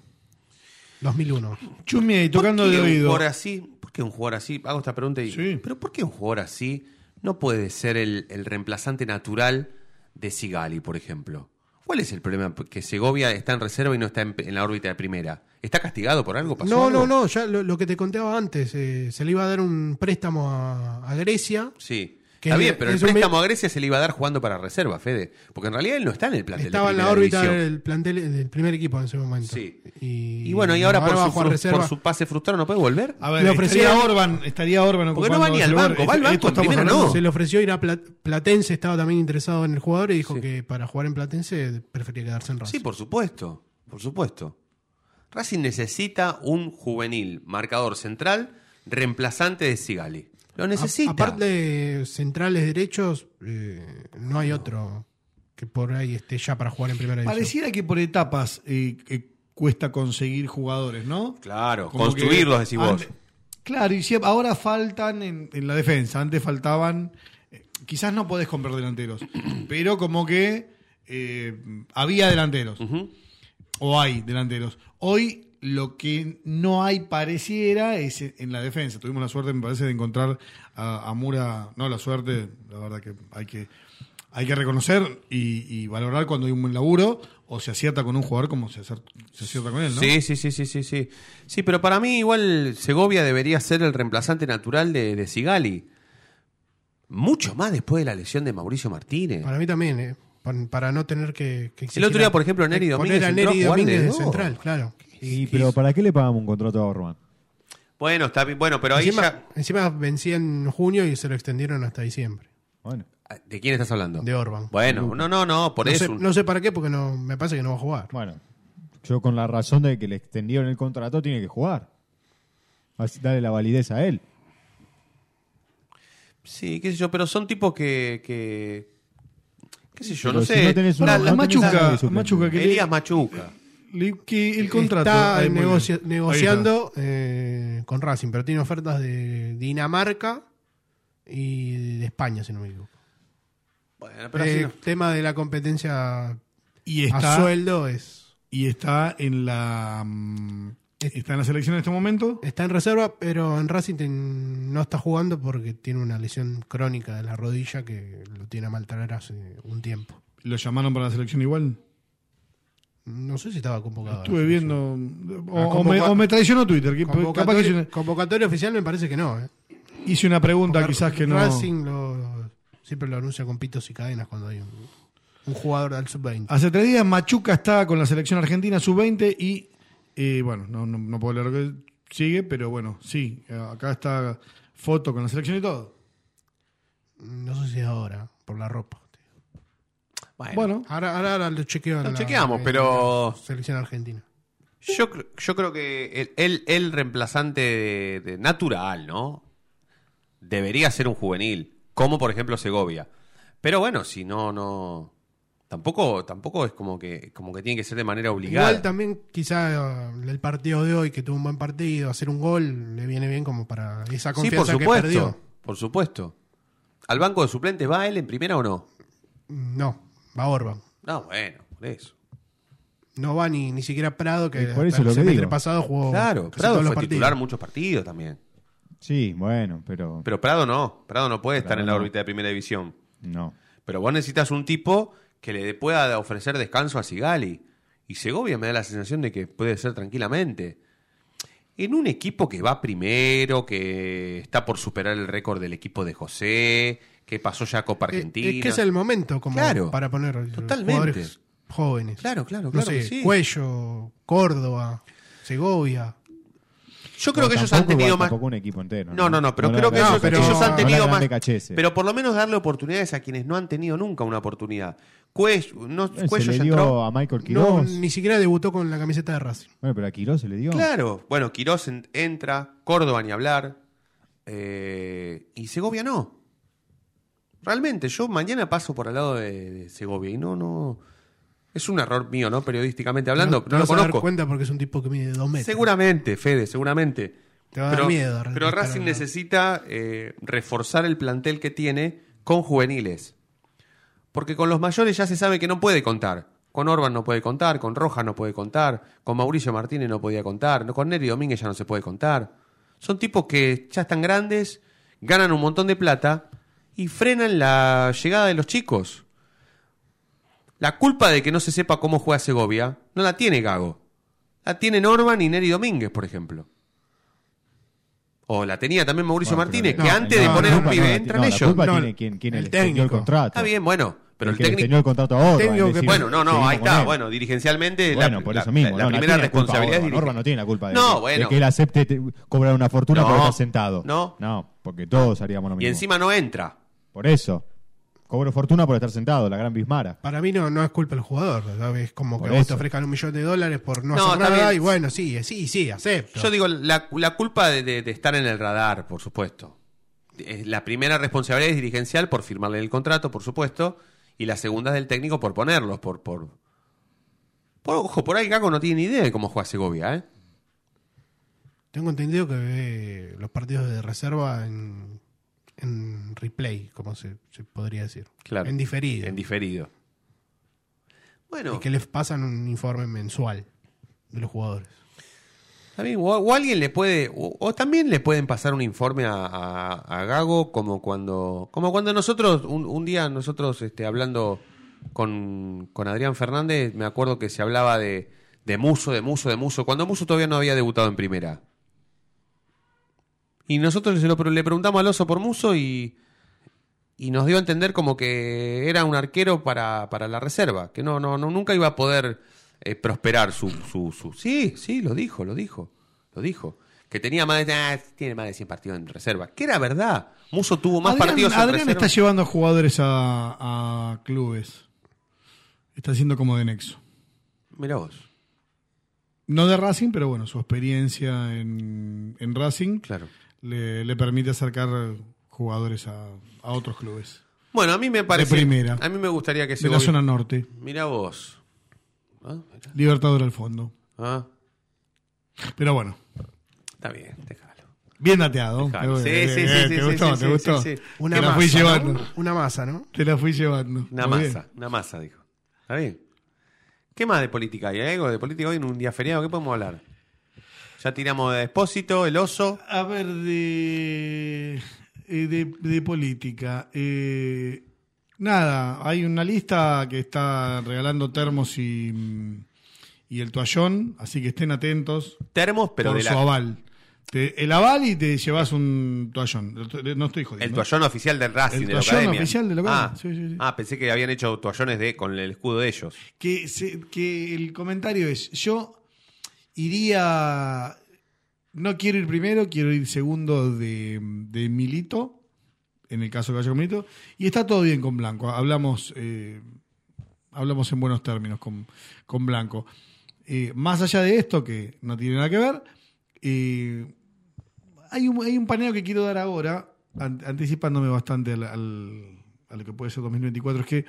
B: 2001.
C: Chumia y tocando
A: ¿Por qué
C: de
A: Un
C: oído.
A: jugador así, ¿Por qué un jugador así? Hago esta pregunta y.
C: Sí.
A: ¿Pero por qué un jugador así no puede ser el, el reemplazante natural de Sigali, por ejemplo? ¿Cuál es el problema? Que Segovia está en reserva y no está en, en la órbita de primera. ¿Está castigado por algo? ¿Pasó
B: No,
A: algo?
B: no, no, ya lo, lo que te contaba antes, eh, se le iba a dar un préstamo a, a Grecia.
A: Sí.
B: Que
A: está
B: es-
A: bien, pero el
B: es un
A: préstamo a Grecia se le iba a dar jugando para reserva, Fede. Porque en realidad él no está en el plantel. de
B: Estaba en la
A: primera
B: órbita
A: división.
B: del plantel del primer equipo en ese momento.
A: Sí.
B: Y,
A: Y bueno, y ahora, por,
B: va a
A: su,
B: jugar
A: fru-
B: reserva.
A: por su pase frustrado no puede volver.
C: A ver,
B: Le ofrecí
C: estaría
B: a-
C: Orban, estaría Orban
A: Porque no va ni
C: ocupando
A: al
C: ese lugar.
A: banco, va al
C: Esto-
A: banco,
C: esto estamos
A: primero
C: hablando-
A: no.
B: Se le ofreció ir a Pla- Platense, estaba también interesado en el jugador y dijo que para jugar en Platense prefería quedarse en Racing.
A: Sí, por supuesto, por supuesto. Racing necesita un juvenil marcador central reemplazante de Sigali. Lo
B: A-
A: necesita.
B: aparte de centrales derechos, eh, no hay otro que por ahí esté ya para jugar en primera división.
C: Pareciera que por etapas eh, eh, cuesta conseguir jugadores, ¿no?
A: claro,
C: Como
A: construirlos,
C: que
A: decís vos.
C: ante- claro, y si ahora faltan en, en la defensa. Antes faltaban eh, quizás no podés comprar delanteros, pero como que eh, había delanteros. O hay delanteros. Hoy lo que no hay pareciera es en la defensa. Tuvimos la suerte, me parece, de encontrar a, a Mura. No, la suerte, la verdad que hay que, hay que reconocer y, y valorar cuando hay un buen laburo o se acierta con un jugador como se acer- se acierta, con él, ¿no?
A: Sí, sí, sí, sí, sí, sí. Sí, pero para mí igual Segovia debería ser el reemplazante natural de, de Sigali. Mucho más después de la lesión de Mauricio Martínez.
B: Para mí también, ¿eh? Para, para no tener que, que
A: El otro día, por ejemplo, Neri
B: poner
A: Domínguez
B: a
A: entró a
B: Neri
A: jugar de
B: Domínguez de
A: dos.
B: central, claro.
E: Y, pero ¿para qué le pagamos un contrato a Orban?
A: Bueno, está bien, bueno, pero ahí
B: encima,
A: ya...
B: encima vencía en junio y se lo extendieron hasta diciembre,
E: Bueno,
A: ¿De quién estás hablando?
B: de Orban.
A: Bueno, no, no, no, por
B: no,
A: eso...
B: sé, no sé para qué, porque no me parece que no va a jugar.
E: bueno. Yo con la razón de que le extendieron el contrato tiene que jugar. Así, Dale la validez a él.
A: Sí, qué sé yo, pero son tipos que... que- qué sé yo,
E: Pero
A: no
E: si
A: sé...
E: no tenés una-
A: La- la-
E: no tenés
C: Machuca,
E: nadie de suplente.
C: Machuca, que,
A: Elías Machuca.
C: le- le- que el contrato.
B: Está
C: Ahí, muy bien.
B: negocia-
C: Ahí está.
B: negociando eh, con Racing, pero tiene ofertas de Dinamarca y de España, si no me equivoco.
A: Bueno, pero así
B: el
A: no.
B: tema de la competencia
C: Y
B: a
C: está,
B: sueldo es
C: y está en la. mm, Está en la selección en este momento.
B: está en reserva, pero en Racing ten- no está jugando porque tiene una lesión crónica de la rodilla que lo tiene a maltraer hace un tiempo.
C: Lo llamaron para la selección igual.
B: No sé si estaba convocado.
C: Estuve viendo.
A: eh,
C: O,
B: Ah,
C: o me,
B: convoca-
C: o me traicionó Twitter. que- capaz que hice
B: Convocatoria,
C: una,
B: convocatoria oficial me parece que no. ¿eh?
C: hice una pregunta,
B: Porque
C: quizás que no.
B: Racing lo- siempre lo anuncia con pitos y cadenas cuando hay un, un jugador al sub-20.
C: Hace tres días Machuca está con la selección argentina sub-20 y, eh, bueno, no, no, no puedo leer lo que sigue, pero bueno, sí, eh, acá está foto con la selección y todo.
B: No sé si ahora, por la ropa.
A: Bueno,
C: Bueno,
B: Ahora, ahora, ahora lo chequeo. en
A: Lo
B: la-
A: chequeamos,
B: en
A: pero-
B: la Selección argentina.
A: Yo, cre- yo creo que el, el- el reemplazante de- de natural, ¿no? Debería ser un juvenil, como por ejemplo Segovia. Pero bueno, si no, no. Tampoco, tampoco es como que, como que tiene que ser de manera obligada.
B: Igual también quizá eh, el partido de hoy, que tuvo un buen partido, hacer un gol, le viene bien como para esa
A: sí, por
B: confianza que
A: supuesto.
B: perdió.
A: Por supuesto. ¿Al banco de suplentes va él en primera o no?
B: Mm, No, va Orban.
A: No, bueno, por eso.
B: No va ni, ni siquiera Prado, que
E: Y por eso
B: hasta el
E: lo que
B: semestre
E: digo.
B: pasado jugó
A: Claro,
B: casi
A: Prado
B: Oh, todos
A: fue
B: los partidos. Eh,
A: titular muchos partidos también.
E: Sí, bueno, pero
A: Pero Prado no. Prado no puede estar
E: Prado
A: en la
E: no.
A: órbita de primera división.
E: no.
A: Pero vos necesitas un tipo que le pueda ofrecer descanso a Sigali. Y Segovia me da la sensación de que puede ser tranquilamente. En un equipo que va primero, que está por superar el récord del equipo de José, que pasó ya Copa
B: Eh,
A: Argentina.
B: Es que es el momento como
A: Claro.
B: para poner
A: Totalmente.
B: jugadores jóvenes.
A: Claro, claro,
B: No
A: claro
B: sé,
A: que sí.
B: Cuello, Córdoba, Segovia.
A: Yo creo
E: No,
A: que ellos
E: tampoco
A: han tenido
E: igual,
A: más...
E: Tampoco un equipo entero.
A: No, no, no, pero
E: la
A: creo que
E: grande
A: ellos,
E: cachese,
A: ellos han
E: no la
A: tenido
E: grande
A: más...
E: cachese.
A: Pero por lo menos darle oportunidades a quienes no han tenido nunca una oportunidad. Cuello, no,
E: Eh, se
A: Cuello
E: le
A: ya
E: dio
A: entró.
E: a Michael
B: No,
E: Quiroz.
B: ni siquiera debutó con la camiseta de Racing.
E: Bueno, pero a Quiroz se le dio.
A: Claro, bueno, Quirós en- entra, Córdoba ni hablar, eh, y Segovia no. Realmente, yo mañana paso por al lado de, de Segovia y no, no. Es un error mío, ¿no? Periodísticamente hablando,
B: te
A: no, lo
B: vas a dar
A: conozco.
B: cuenta porque es un tipo que mide dos metros.
A: Seguramente, Fede, seguramente.
B: Te va a dar miedo este de
A: pero
B: estar
A: Racing
B: hablando.
A: necesita eh, reforzar el plantel que tiene con juveniles. Porque con los mayores ya se sabe que no puede contar. Con Orban no puede contar, con Rojas no puede contar, con Mauricio Martínez no podía contar, no- con Neri Domínguez ya no se puede contar. Son tipos que ya están grandes, ganan un montón de plata y frenan la llegada de los chicos. La culpa de que no se sepa cómo juega Segovia no la tiene Gago. La tienen Orban y Neri Domínguez, por ejemplo. O la tenía también Mauricio
E: Bueno, pero
A: Martínez,
E: no,
A: que
E: no,
A: antes de
E: no,
A: poner
E: la
A: un
E: culpa
A: pibe
E: no la-
A: entran
E: no, la
A: ellos.
E: culpa
B: No,
E: tiene quien, quien
B: el
E: el extendió el
B: técnico.
E: contrato.
A: Está bien, bueno, pero el,
E: que
A: técnico...
E: extendió el contrato a Orban,
B: técnico que-
E: decir,
A: Bueno, no, no, ahí
E: seguimos
A: está.
E: con él.
A: Bueno, dirigencialmente la-
E: Bueno, por
A: la,
E: eso mismo.
A: la
E: no, no
A: primera
E: tiene culpa
A: responsabilidad es
E: Orban. Orban no tiene la culpa de,
A: No,
E: de
A: bueno.
E: que él acepte te- cobrar una fortuna
A: No,
E: por estar sentado.
A: no.
E: No, porque todos haríamos lo
A: Y
E: mismo.
A: encima no entra.
E: Por eso. Cobro fortuna por estar sentado, la gran Bismara.
B: Para mí no, no es culpa del jugador. ¿sabes? Es como que
E: Por
B: a vos te
E: eso.
B: ofrezcan un millón de dólares por no,
A: No,
B: hacer
A: está
B: nada
A: bien.
B: y bueno, sí, sí, sí, acepto.
A: Yo digo, la, la culpa de, de- de estar en el radar, por supuesto. Eh, La primera responsabilidad es dirigencial por firmarle el contrato, por supuesto, y la segunda es del técnico por ponerlos, por... por... por- ojo, por ahí Gago no tiene ni idea de cómo juega Segovia, ¿eh?
B: Tengo entendido que ve los partidos de reserva en en replay, como se, se podría decir.
A: Claro.
B: En diferido.
A: En diferido.
B: y
A: Bueno,
B: que les pasan un informe mensual de los jugadores.
A: también, o, o alguien le puede, o, o también le pueden pasar un informe a, a- a Gago, como cuando, como cuando nosotros, un, un día nosotros este, hablando con, con Adrián Fernández, me acuerdo que se hablaba de, de Muso, de Muso, de Muso, cuando Muso todavía no había debutado en primera. Y nosotros se lo pre- le preguntamos al oso por Muso y, y nos dio a entender como que era un arquero para, para la reserva, que no, no, no, nunca iba a poder eh, prosperar su, su, su- Sí, sí, lo dijo, lo dijo, lo dijo. Que tenía más de, ah, tiene más de 100 partidos en reserva. Que era verdad. Muso tuvo más
C: Adrián,
A: partidos en
C: Adrián
A: reserva.
C: está llevando a jugadores a, a clubes. Está haciendo como de nexo.
A: Mirá vos,
C: No de Racing, pero bueno, su experiencia en, en Racing
A: claro.
C: le, le permite acercar jugadores a, a otros clubes.
A: Bueno, a mí me parece...
C: primera.
A: A mí me gustaría que se...
C: De la
A: volvi-
C: zona norte.
A: Mirá vos. Ah, mirá.
C: Libertador al fondo.
A: Ah,
C: Pero bueno,
A: está bien, déjalo.
C: bien dateado.
A: Claro.
C: Eh,
A: Sí,
C: eh,
A: sí,
C: eh,
A: sí,
C: ¿Te
A: sí,
C: gustó?
A: sí,
C: ¿Te
A: sí,
C: gustó?
A: sí, sí.
B: Una
C: Te la
B: masa,
C: fui
B: ¿no?
C: llevando.
B: Una masa, ¿no?
C: Te la fui llevando.
A: Una
C: Muy bien.
A: masa, una masa, dijo. ¿Está bien? ¿Qué más de política hay? ¿Hay algo de política hoy en un día feriado? ¿Qué podemos hablar? Ya tiramos de Despósito, el oso.
C: A ver, de, eh, de, de política. eh, nada, hay una lista que está regalando termos y, mm, y el toallón, así que estén atentos
A: Termos, pero
C: por
A: de
C: su
A: la-
C: aval. Te- el aval y te llevas un toallón. El to- No estoy jodiendo. ¿eh?
A: el toallón oficial del Racing, de
C: El
A: la
C: toallón
A: academia.
C: oficial de la
A: ah,
C: academia, sí, sí, sí.
A: ah, pensé que habían hecho toallones de, con el escudo de ellos.
C: que, se- que el comentario es, yo iría, no quiero ir primero, quiero ir segundo de, de Milito, en el caso que vaya con Milito, y está todo bien con Blanco, hablamos, eh, hablamos en buenos términos con, con Blanco. Eh, más allá de esto, que no tiene nada que ver, eh, hay, un, hay un paneo que quiero dar ahora, an- anticipándome bastante al- al- a lo que puede ser 2024, es que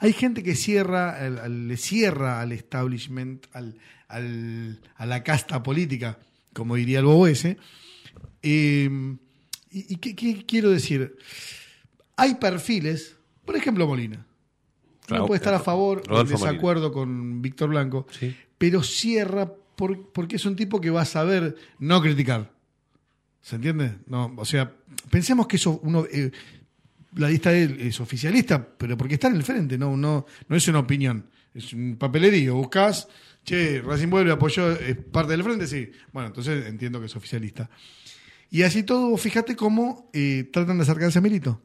C: hay gente que cierra, al- al- le cierra al establishment, al, al- a la casta política, como diría el bobo ese. Eh, ¿Y, y qué, qué quiero decir? Hay perfiles, por ejemplo Molina. Uno
A: Raúl-
C: puede estar a favor o en
A: Rodolfo Molina.
C: desacuerdo con Víctor Blanco,
A: Sí.
C: pero cierra por- porque es un tipo que va a saber no criticar. ¿Se entiende? No, o sea, pensemos que eso uno eh, la lista de él es oficialista, pero porque está en el frente, no, no, no es una opinión, es un papelerío, buscas, che, Racing vuelve, apoyó, es parte del frente, sí. Bueno, entonces entiendo que es oficialista. Y así todo, vos fíjate cómo eh, tratan de acercarse a Milito.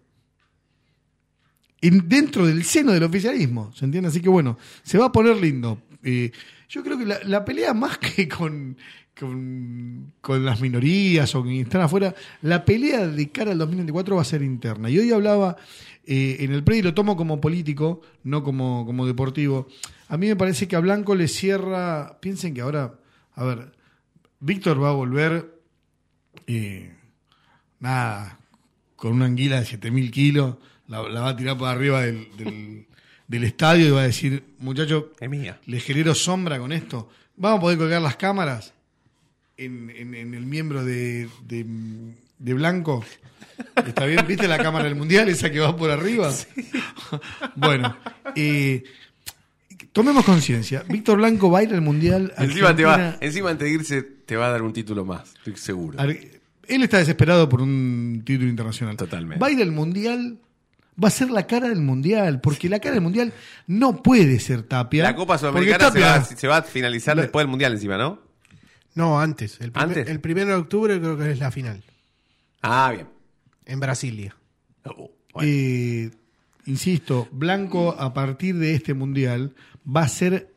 C: En- dentro del seno del oficialismo, ¿se entiende? Así que bueno, se va a poner lindo. Eh, yo creo que la, la pelea más que con, con, con las minorías o que están afuera, la pelea de cara al 2024 va a ser interna. Y hoy hablaba eh, en el predio, lo tomo como político, no como, como deportivo. A mí me parece que a Blanco le cierra, piensen que ahora, a ver, Víctor va a volver eh, nada, con una anguila de 7000 kilos, la, la va a tirar para arriba del, del- del estadio y va a decir, muchacho,
A: Es mía.
C: le genero sombra con esto. Vamos a poder colgar las cámaras en, en- en el miembro de, de, de Blanco. ¿Está bien? ¿Viste la cámara del mundial, esa que va por arriba? bueno, eh, tomemos conciencia. Víctor Blanco va a ir al mundial.
A: Encima te, va,
C: Argentina-
A: encima antes de irse te va a dar un título más, estoy seguro.
C: Ar- Él está desesperado por un título internacional.
A: Totalmente.
C: Va a ir al mundial, va a ser la cara del mundial, porque la cara del mundial no puede ser Tapia.
A: La Copa
C: porque
A: Sudamericana se va,
C: Tapia-
A: se va a finalizar
C: La-
A: después del Mundial encima, ¿no?
B: No, antes. El, primer-
A: ¿Antes?
B: el primero de octubre creo que es la final.
A: Ah, bien.
B: En Brasilia.
A: Uh, bueno.
C: Eh, insisto, Blanco a partir de este mundial va a ser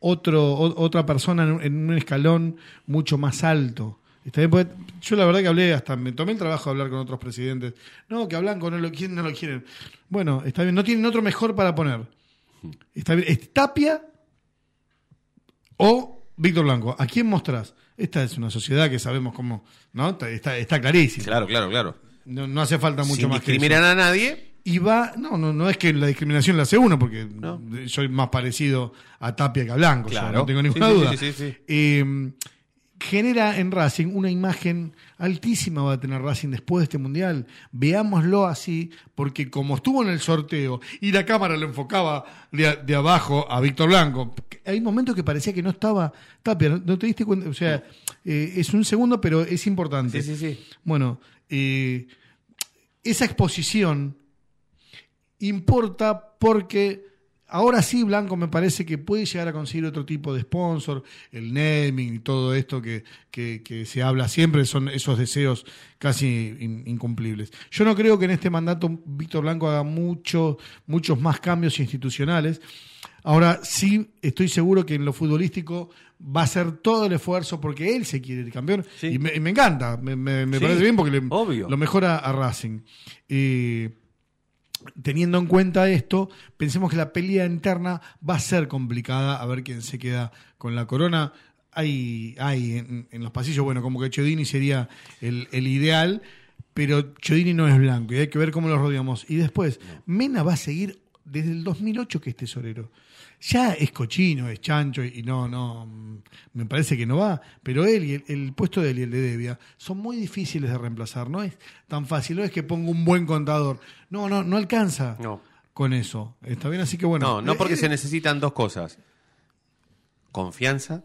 C: otro, o- otra persona en un- en un escalón mucho más alto. Está bien, porque yo la verdad que hablé hasta, me tomé el trabajo de hablar con otros presidentes. No, que a Blanco no lo quieren, no lo quieren. Bueno, está bien, no tienen otro mejor para poner. Está bien, es Tapia o Víctor Blanco. ¿A quién mostrás? Esta es una sociedad que sabemos cómo, ¿no? Está, está, está clarísimo.
A: claro, claro, claro.
C: No, no hace falta mucho
A: Sin
C: más que eso.
A: discriminar a nadie.
C: Y va, no, no, no es que la discriminación la hace uno, porque soy más parecido a Tapia que a Blanco, o sea,
A: Claro.
C: no tengo ninguna
A: Sí, sí,
C: duda.
A: sí, sí, sí.
C: Eh, genera en Racing una imagen altísima va a tener Racing después de este mundial. Veámoslo así, porque como estuvo en el sorteo y la cámara lo enfocaba de, a- de abajo a Víctor Blanco, hay momentos que parecía que no estaba Tapia, ¿no- ¿no te diste cuenta? O sea, eh, es un segundo, pero es importante.
A: Sí, sí, sí.
C: Bueno, eh, esa exposición importa porque ahora sí Blanco me parece que puede llegar a conseguir otro tipo de sponsor, el naming y todo esto que, que- que se habla siempre, son esos deseos casi in- incumplibles. Yo no creo que en este mandato Víctor Blanco haga mucho, muchos más cambios institucionales. Ahora sí estoy seguro que en lo futbolístico va a hacer todo el esfuerzo porque él se quiere el campeón
A: Sí.
C: y, me, y me encanta, me, me- me
A: Sí,
C: parece bien porque le-
A: obvio.
C: lo mejora a Racing. Eh, teniendo en cuenta esto, pensemos que la pelea interna va a ser complicada, a ver quién se queda con la corona. Hay, hay en, en los pasillos, bueno, como que Chodini sería el, el ideal, pero Chodini no es blanco y hay que ver cómo lo rodeamos. Y después, Mena va a seguir desde el 2008 que es tesorero. Ya es cochino, es chancho y no, no, mm, me parece que no va. Pero él y el, el puesto de él y el de Devia son muy difíciles de reemplazar. No es tan fácil, no es que ponga un buen contador. No, no, no alcanza
A: No.
C: con eso. Está bien, así que bueno.
A: No, no porque
C: Eh,
A: se necesitan dos cosas. Confianza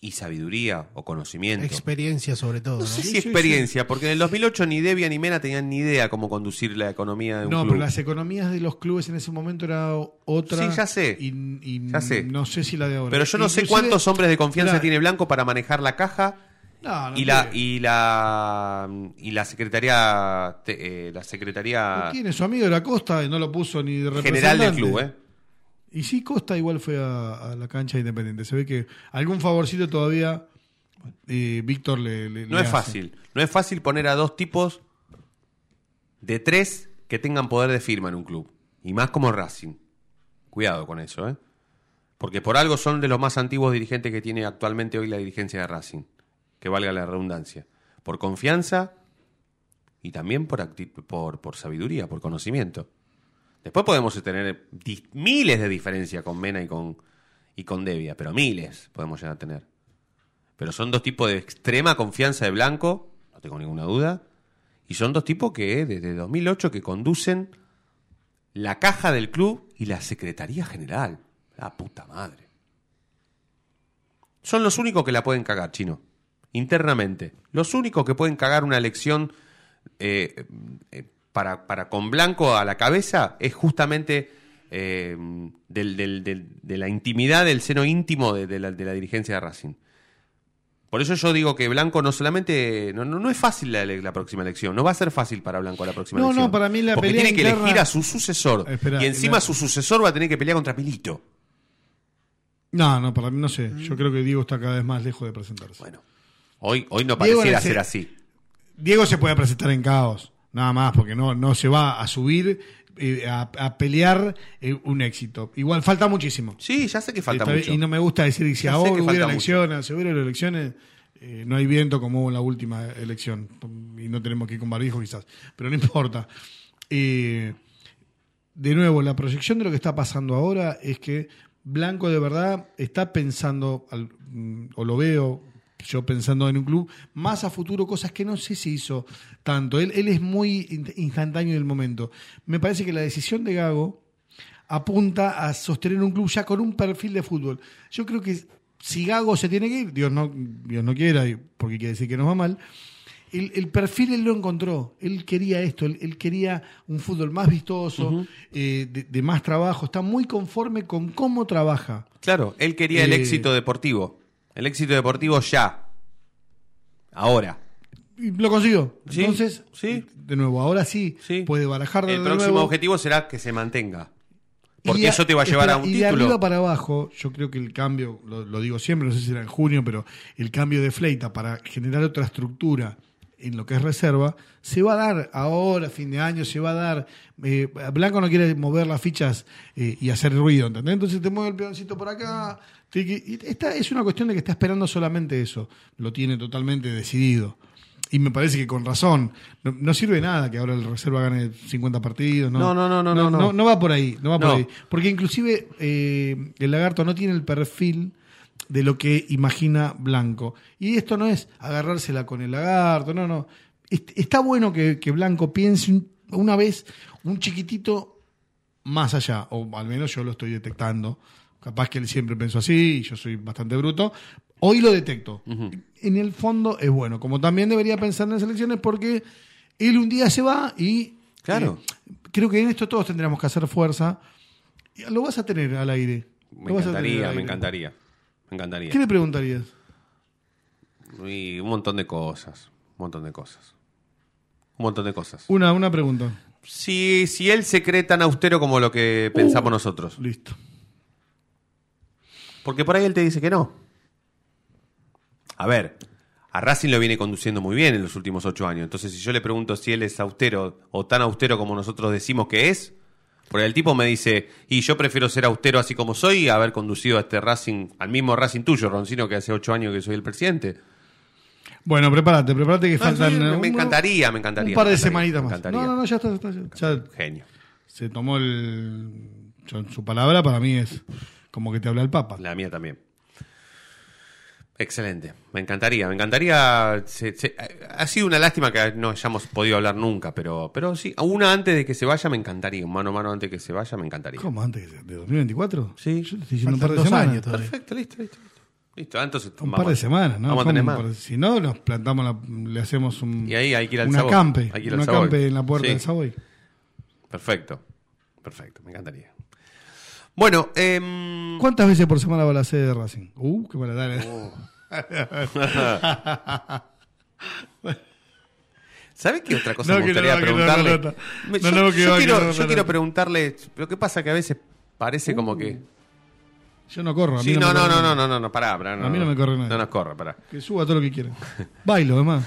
A: y sabiduría o conocimiento.
B: Experiencia sobre todo.
A: no sé
B: ¿no?
A: si experiencia, porque en el 2008 ni Devia ni Mena tenían ni idea cómo conducir la economía de un
C: No,
A: club.
C: pero las economías de los clubes en ese momento era o- otra.
A: Sí, ya sé.
C: Y, y
A: Ya sé.
C: no sé si la de ahora.
A: Pero yo no sé
C: Inclusive-
A: cuántos hombres de confianza
C: Mirá,
A: tiene Blanco para manejar la caja
C: no, no
A: y la
C: tiene.
A: y la y la secretaría te- eh, la secretaría
C: ¿Lo tiene? Su amigo de la Costa y no lo puso ni de
A: general del
C: representante.
A: club, ¿eh?
C: Y sí, Costa igual fue a, a la cancha de independiente. Se ve que algún favorcito todavía eh, Víctor le, le-
A: No
C: le
A: es
C: hace.
A: fácil. No es fácil poner a dos tipos de tres que tengan poder de firma en un club. Y más como Racing. Cuidado con eso, ¿eh? Porque por algo son de los más antiguos dirigentes que tiene actualmente hoy la dirigencia de Racing. Que valga la redundancia. Por confianza y también por, acti- por, por sabiduría, por conocimiento. Después podemos tener dis- miles de diferencias con Mena y con, y con Devia, pero miles podemos llegar a tener. Pero son dos tipos de extrema confianza de Blanco, no tengo ninguna duda. Y son dos tipos que desde 2008 que conducen la caja del club y la Secretaría General. La puta madre. Son los únicos que la pueden cagar, chino. Internamente. Los únicos que pueden cagar una elección eh, eh, para, para con Blanco a la cabeza es justamente eh, del- del- del- de la intimidad, del seno íntimo de- de la- de la dirigencia de Racing. Por eso yo digo que Blanco no solamente. No, no, no es fácil la, ele- la próxima elección. No va a ser fácil para Blanco la próxima
C: No, no,
A: elección.
C: para mí la
A: Porque
C: pelea
A: tiene que
C: interna-
A: elegir a su sucesor.
C: Espera,
A: y encima
C: la-
A: su sucesor va a tener que pelear contra Milito.
C: No, no, para mí no sé. Yo creo que Diego está cada vez más lejos de presentarse.
A: Bueno, hoy, hoy no
C: Diego
A: pareciera
C: en el
A: ser
C: se-
A: así.
C: Diego se puede presentar en caos, nada más, porque no, no se va a subir eh, a, a pelear eh, un éxito. Igual falta muchísimo.
A: Sí, ya sé que falta
C: Está bien,
A: mucho.
C: Y no me gusta decir si
A: Ya sé
C: ahora
A: que
C: hubiera
A: falta
C: elecciones, si hubiera elecciones, eh, no hay viento como hubo en la última elección. Y no tenemos que ir con barbijo quizás, pero no importa. Eh, de nuevo, la proyección de lo que está pasando ahora es que Blanco de verdad está pensando, al- mm, o lo veo yo pensando en un club, más a futuro, cosas que no sé si hizo tanto. Él, él es muy in- instantáneo del momento. Me parece que la decisión de Gago apunta a sostener un club ya con un perfil de fútbol. Yo creo que si Gago se tiene que ir, Dios no, Dios no quiera, y- porque quiere decir que nos va mal, el, el perfil él lo encontró. Él quería esto, él, él quería un fútbol más vistoso, eh, de, de más trabajo. Está muy conforme con cómo trabaja.
A: Claro, él quería el
C: Eh,
A: éxito deportivo. El éxito deportivo ya. Ahora.
C: Y lo consiguió.
A: Sí,
C: Entonces,
A: sí.
C: de nuevo, ahora sí,
A: Sí.
C: puede barajar de
A: El próximo
C: nuevo.
A: objetivo será que se mantenga. Porque
C: Y
A: eso te va a llevar
C: espera,
A: a un
C: y de
A: título.
C: arriba para abajo, yo creo que el cambio, lo, lo digo siempre, no sé si era en junio, pero el cambio de fleita para generar otra estructura en lo que es reserva, se va a dar ahora, fin de año, se va a dar. eh, Blanco no quiere mover las fichas eh, y hacer ruido, ¿entendés? Entonces te mueve el peoncito por acá. tiqui, y esta es una cuestión de que está esperando solamente eso. Lo tiene totalmente decidido. Y me parece que con razón. No, no sirve nada que ahora el reserva gane 50 partidos. No,
A: No, no, no, no, no, no.
C: no va por ahí, no va por
A: No.
C: ahí. Porque inclusive eh, el lagarto no tiene el perfil de lo que imagina Blanco. Y esto no es agarrársela con el lagarto, no, no. Est- Está bueno que, que Blanco piense un- una vez un chiquitito más allá, o al menos yo lo estoy detectando. Capaz que él siempre pensó así, y yo soy bastante bruto. Hoy lo detecto. En el fondo es bueno, como también debería pensar en las elecciones porque él un día se va y...
A: Claro.
C: eh, creo que en esto todos tendríamos que hacer fuerza. Y Lo vas a tener al aire.
A: Me
C: Lo vas a tener
A: encantaría,
C: al
A: me
C: aire.
A: encantaría. Me encantaría.
C: ¿Qué le preguntarías?
A: Y un montón de cosas. Un montón de cosas. Un montón de cosas.
C: Una, una pregunta.
A: Si, si él se cree tan austero como lo
C: Uh.
A: que pensamos nosotros.
C: Listo.
A: Porque por ahí él te dice que no. A ver, a Racing lo viene conduciendo muy bien en los últimos ocho años. Entonces, si yo le pregunto si él es austero o tan austero como nosotros decimos que es, por ahí el tipo me dice, y yo prefiero ser austero así como soy y haber conducido a este Racing, al mismo Racing tuyo, Roncino, que hace ocho años que soy el presidente.
C: Bueno, prepárate, prepárate que
A: No,
C: faltan.
A: sí, me-
C: eh,
A: me
C: un-
A: encantaría, me encantaría,
C: Un par
A: me
C: de
A: encantaría,
C: semanitas
A: me
C: más.
A: encantaría.
C: No, no, no, ya está. ya está, ya- ya
A: Genio.
C: se tomó el. yo- su palabra para mí es como que te habla el Papa.
A: La mía también. Excelente. Me encantaría. Me encantaría. se- se- ha sido una lástima que no hayamos podido hablar nunca, pero, pero sí, una antes de que se vaya me encantaría. Un mano a mano antes de que se vaya me encantaría.
C: ¿Cómo? ¿Antes de 2024?
A: Sí.
C: Yo te estoy diciendo un par de
B: Faltan dos
C: semanas.
B: años todavía.
A: Perfecto, listo, listo. listo. Listo, ah, entonces.
C: Un
A: vamos
C: par de
A: a-
C: semanas, ¿no?
A: Vamos a
C: ¿Cómo?
A: tener
C: Un
A: más.
C: par de- Si no, nos plantamos, la- le hacemos un.
A: Y ahí hay que ir al
C: un
A: Savoy.
C: acampe.
A: Hay que ir al
C: un
A: Savoy.
C: acampe en la puerta
A: Sí.
C: del Savoy.
A: Perfecto. Perfecto, me encantaría. Bueno, em,
C: ¿Cuántas veces por semana va la sede de Racing? Uh, qué mala, dale.
A: Oh. ¿Sabes qué otra cosa
C: No,
A: me
C: que no,
A: gustaría
C: no, que no,
A: preguntarle?
C: no, no, no.
A: Me-
C: No,
A: yo
C: no, que
A: yo
C: va, que
A: quiero,
C: no, no,
A: yo
C: no. Uh.
A: quiero preguntarle, lo que pasa que a veces parece como que...
C: Yo no corro. A
A: Sí,
C: mí
A: no,
C: me
A: no,
C: corre
A: no,
C: nada.
A: no, no, no, no, pará, pará.
C: A mí no me corre nada.
A: No nos corre, pará.
C: Que suba todo lo que quiera. Bailo, además.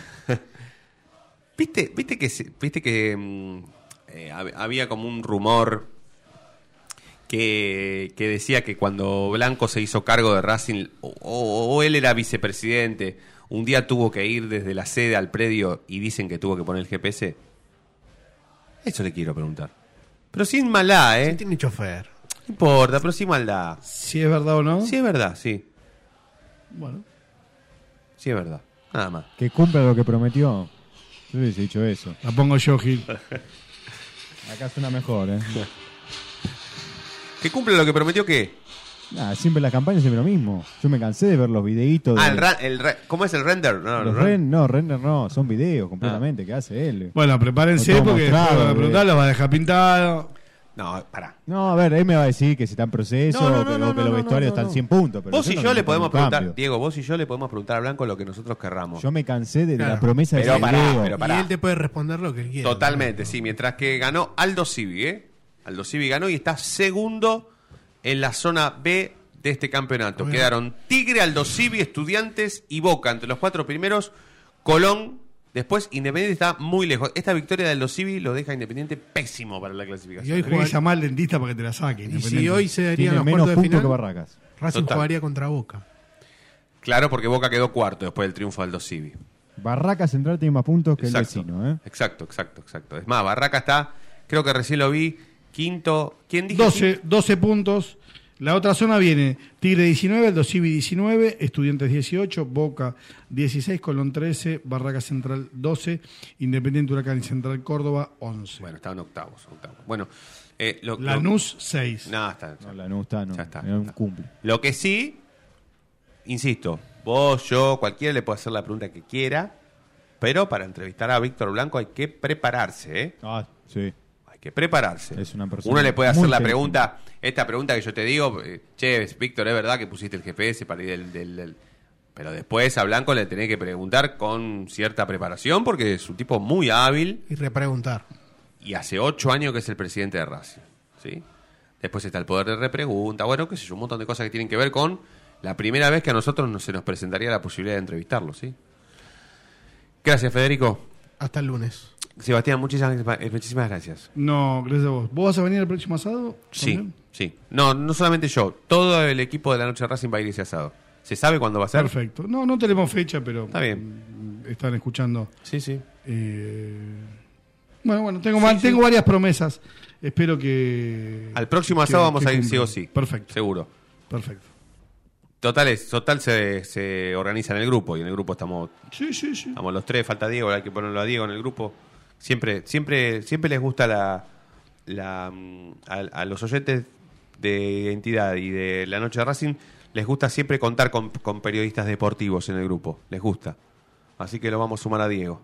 A: ¿Viste, viste que, se- viste que mm, eh, hab- había como un rumor que, que decía que cuando Blanco se hizo cargo de Racing, o, o- o él era vicepresidente, un día tuvo que ir desde la sede al predio y dicen que tuvo que poner el GPS? Eso le quiero preguntar. Pero sin maldad, ¿eh?
B: Sí, tiene chofer.
A: No importa, pero sin maldad.
C: Si es verdad o no.
A: Sí es verdad, sí.
C: Bueno.
A: Sí es verdad. Nada más.
E: Que cumpla lo que prometió. Yo le hubiese dicho eso.
C: La pongo yo, Gil.
E: Acá suena mejor, ¿eh?
A: ¿Que cumple lo que prometió que?
E: Nah, siempre las campañas siempre lo mismo. Yo me cansé de ver los videitos de.
A: Ah, el ra- el re- ¿cómo es el render? No, Ah. el
E: los
A: ren-
E: ren- no, render no, son videos completamente que hace él.
C: Bueno, prepárense
E: Lo tengo
C: porque
E: mostrado,
C: después van a
E: bebé.
C: preguntar, los va a dejar pintado.
A: No, pará.
E: No, a ver, él me va a decir que si está en proceso,
A: No, no, no,
E: que,
A: no,
E: o que
A: no,
E: los
A: no,
E: vestuarios
A: no, no.
E: están 100 puntos. Pero
A: vos y yo
E: no
A: le
E: necesito
A: podemos
E: un
A: preguntar,
E: cambio.
A: Diego, vos y yo le podemos preguntar a Blanco lo que nosotros querramos.
E: Yo me cansé de, de
C: Claro.
E: la promesa de
A: Pero
E: San
A: pará,
E: Diego.
A: pero pará.
B: Y él te puede responder lo que quiera.
A: Totalmente, sí. Mientras que ganó Aldo Civi, ¿eh? Aldo Civi ganó y está segundo en la zona B de este campeonato. Quedaron Tigre, Aldo Civi, Estudiantes y Boca entre los cuatro primeros. Colón, después Independiente está muy lejos. Esta victoria de Aldo Civi lo deja Independiente pésimo para la
B: Y
A: clasificación.
B: hoy,
C: Tenés que
B: jugar-
C: llamar al dentista para que te la saque.
B: y si
C: independiente.
B: hoy se darían
E: Tiene
B: los
E: menos
B: cuartos de
E: puntos
B: final,
E: que Barracas.
B: Racing
A: Total.
B: jugaría contra Boca.
A: Claro, porque Boca quedó cuarto después del triunfo de Aldo Civi.
E: Barracas Central tiene más puntos que el vecino, ¿eh?
A: Exacto, exacto, exacto. Es más, Barraca está, creo que recién lo vi, quinto. ¿Quién dijo?
C: 12, 12 puntos. La otra zona viene Tigre 19, el Dosivi 19, Estudiantes 18, Boca 16, Colón 13, Barraca Central 12, Independiente Huracán y Central Córdoba 11.
A: Bueno, estaban octavos, octavos. Bueno, eh, lo,
C: Lanús 6.
A: lo- no, está-
E: No, la no está, no.
A: Ya está,
E: Era un
A: ya está.
E: cumple.
A: Lo que sí, insisto, vos, yo, cualquiera le puede hacer la pregunta que quiera, pero para entrevistar a Víctor Blanco hay que prepararse, ¿eh?
E: Ah, sí.
A: Hay que prepararse.
E: Es una persona
A: Uno le puede hacer
E: muy
A: la
E: inteligente.
A: pregunta, esta pregunta que yo te digo, eh, che, Víctor, es verdad que pusiste el GPS para ir del, del- del-". Pero después a Blanco le tenés que preguntar con cierta preparación porque es un tipo muy hábil
B: Y repreguntar.
A: y hace ocho años que es el presidente de Racing. ¿sí? Después está el poder de repregunta, bueno, qué sé yo, un montón de cosas que tienen que ver con la primera vez que a nosotros nos- se nos presentaría la posibilidad de entrevistarlo. ¿sí? Gracias, Federico.
B: Hasta el lunes.
A: Sebastián, muchísimas, muchísimas gracias.
C: No, gracias a vos. ¿Vos vas a venir el próximo asado?
A: Sí,
C: ¿También?
A: sí. No, no solamente yo. Todo el equipo de la noche de Racing va a ir ese asado. ¿Se sabe cuándo va a ser?
C: Perfecto. No, no tenemos fecha, pero
A: Está bien.
C: están escuchando.
A: Sí, sí.
C: Eh, Bueno, bueno, tengo, va- tengo varias promesas. Espero que.
A: Al próximo
C: que-
A: asado vamos
C: que
A: a ir sí
C: cumplan.
A: o sí.
C: Perfecto,
A: Seguro.
C: perfecto.
A: Total, es- total se, se organiza en el grupo y en el grupo estamos,
C: Sí, sí, sí.
A: estamos los tres, falta Diego, hay que ponerlo a Diego en el grupo. Siempre, siempre, siempre les gusta la, la, mm, a, a los oyentes de identidad y de la noche de Racing, les gusta siempre contar con, con periodistas deportivos en el grupo, les gusta. Así que lo vamos a sumar a Diego.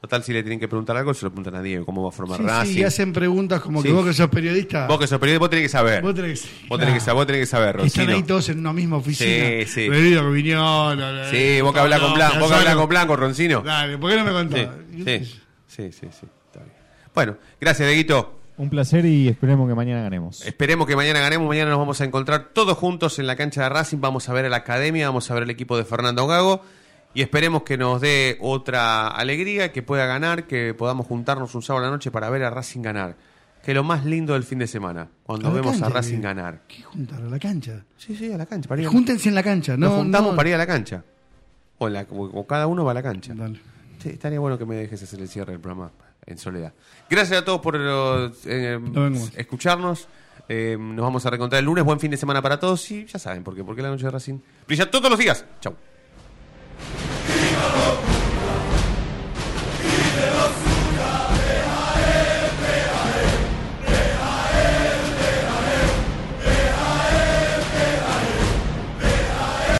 A: Total, si le tienen que preguntar algo, se lo preguntan a Diego, cómo va a formar
C: Sí,
A: Racing.
C: sí, y hacen preguntas como
A: Sí.
C: que vos que sos periodista.
A: Vos que sos periodista, vos tenés que saber.
C: Vos
A: Vos
C: tenés que-
A: tenés que saber, vos tenés que saber,
C: que Están
A: Roncino.
C: ahí todos en una misma oficina.
A: Sí, sí.
C: Bebido con Viñola,
A: Sí, vos que
C: todo,
A: hablás con Blanco, vos que hablás con Blanco, Roncino.
C: Dale, ¿por qué no me
A: Sí,
C: contás?
A: sí, sí, sí, sí, está bien. Bueno, gracias, Deguito.
E: Un placer y esperemos que mañana ganemos.
A: Esperemos que mañana ganemos. Mañana nos vamos a encontrar todos juntos en la cancha de Racing. Vamos a ver a la academia, vamos a ver el equipo de Fernando Gago. Y esperemos que nos dé otra alegría, que pueda ganar, que podamos juntarnos un sábado a la noche para ver a Racing ganar. Que es lo más lindo del fin de semana, cuando
C: A la
A: vemos a
C: cancha,
A: Racing
C: eh.
A: ganar.
C: ¿Qué juntar? ¿A la cancha?
A: Sí, sí, a la cancha. para ir a-
C: Júntense en la cancha. No,
A: nos juntamos
C: no.
A: para ir a la cancha. O, en la- o- o cada uno va a la cancha.
C: Dale.
A: Sí, estaría bueno que me dejes hacer el cierre del programa en soledad. Gracias a todos por eh, eh,
C: vemos más.
A: escucharnos. Eh, nos vamos a reencontrar el lunes. Buen fin de semana para todos. Y ya saben por qué. Porque la noche de Racing brilla todos los días. Chau.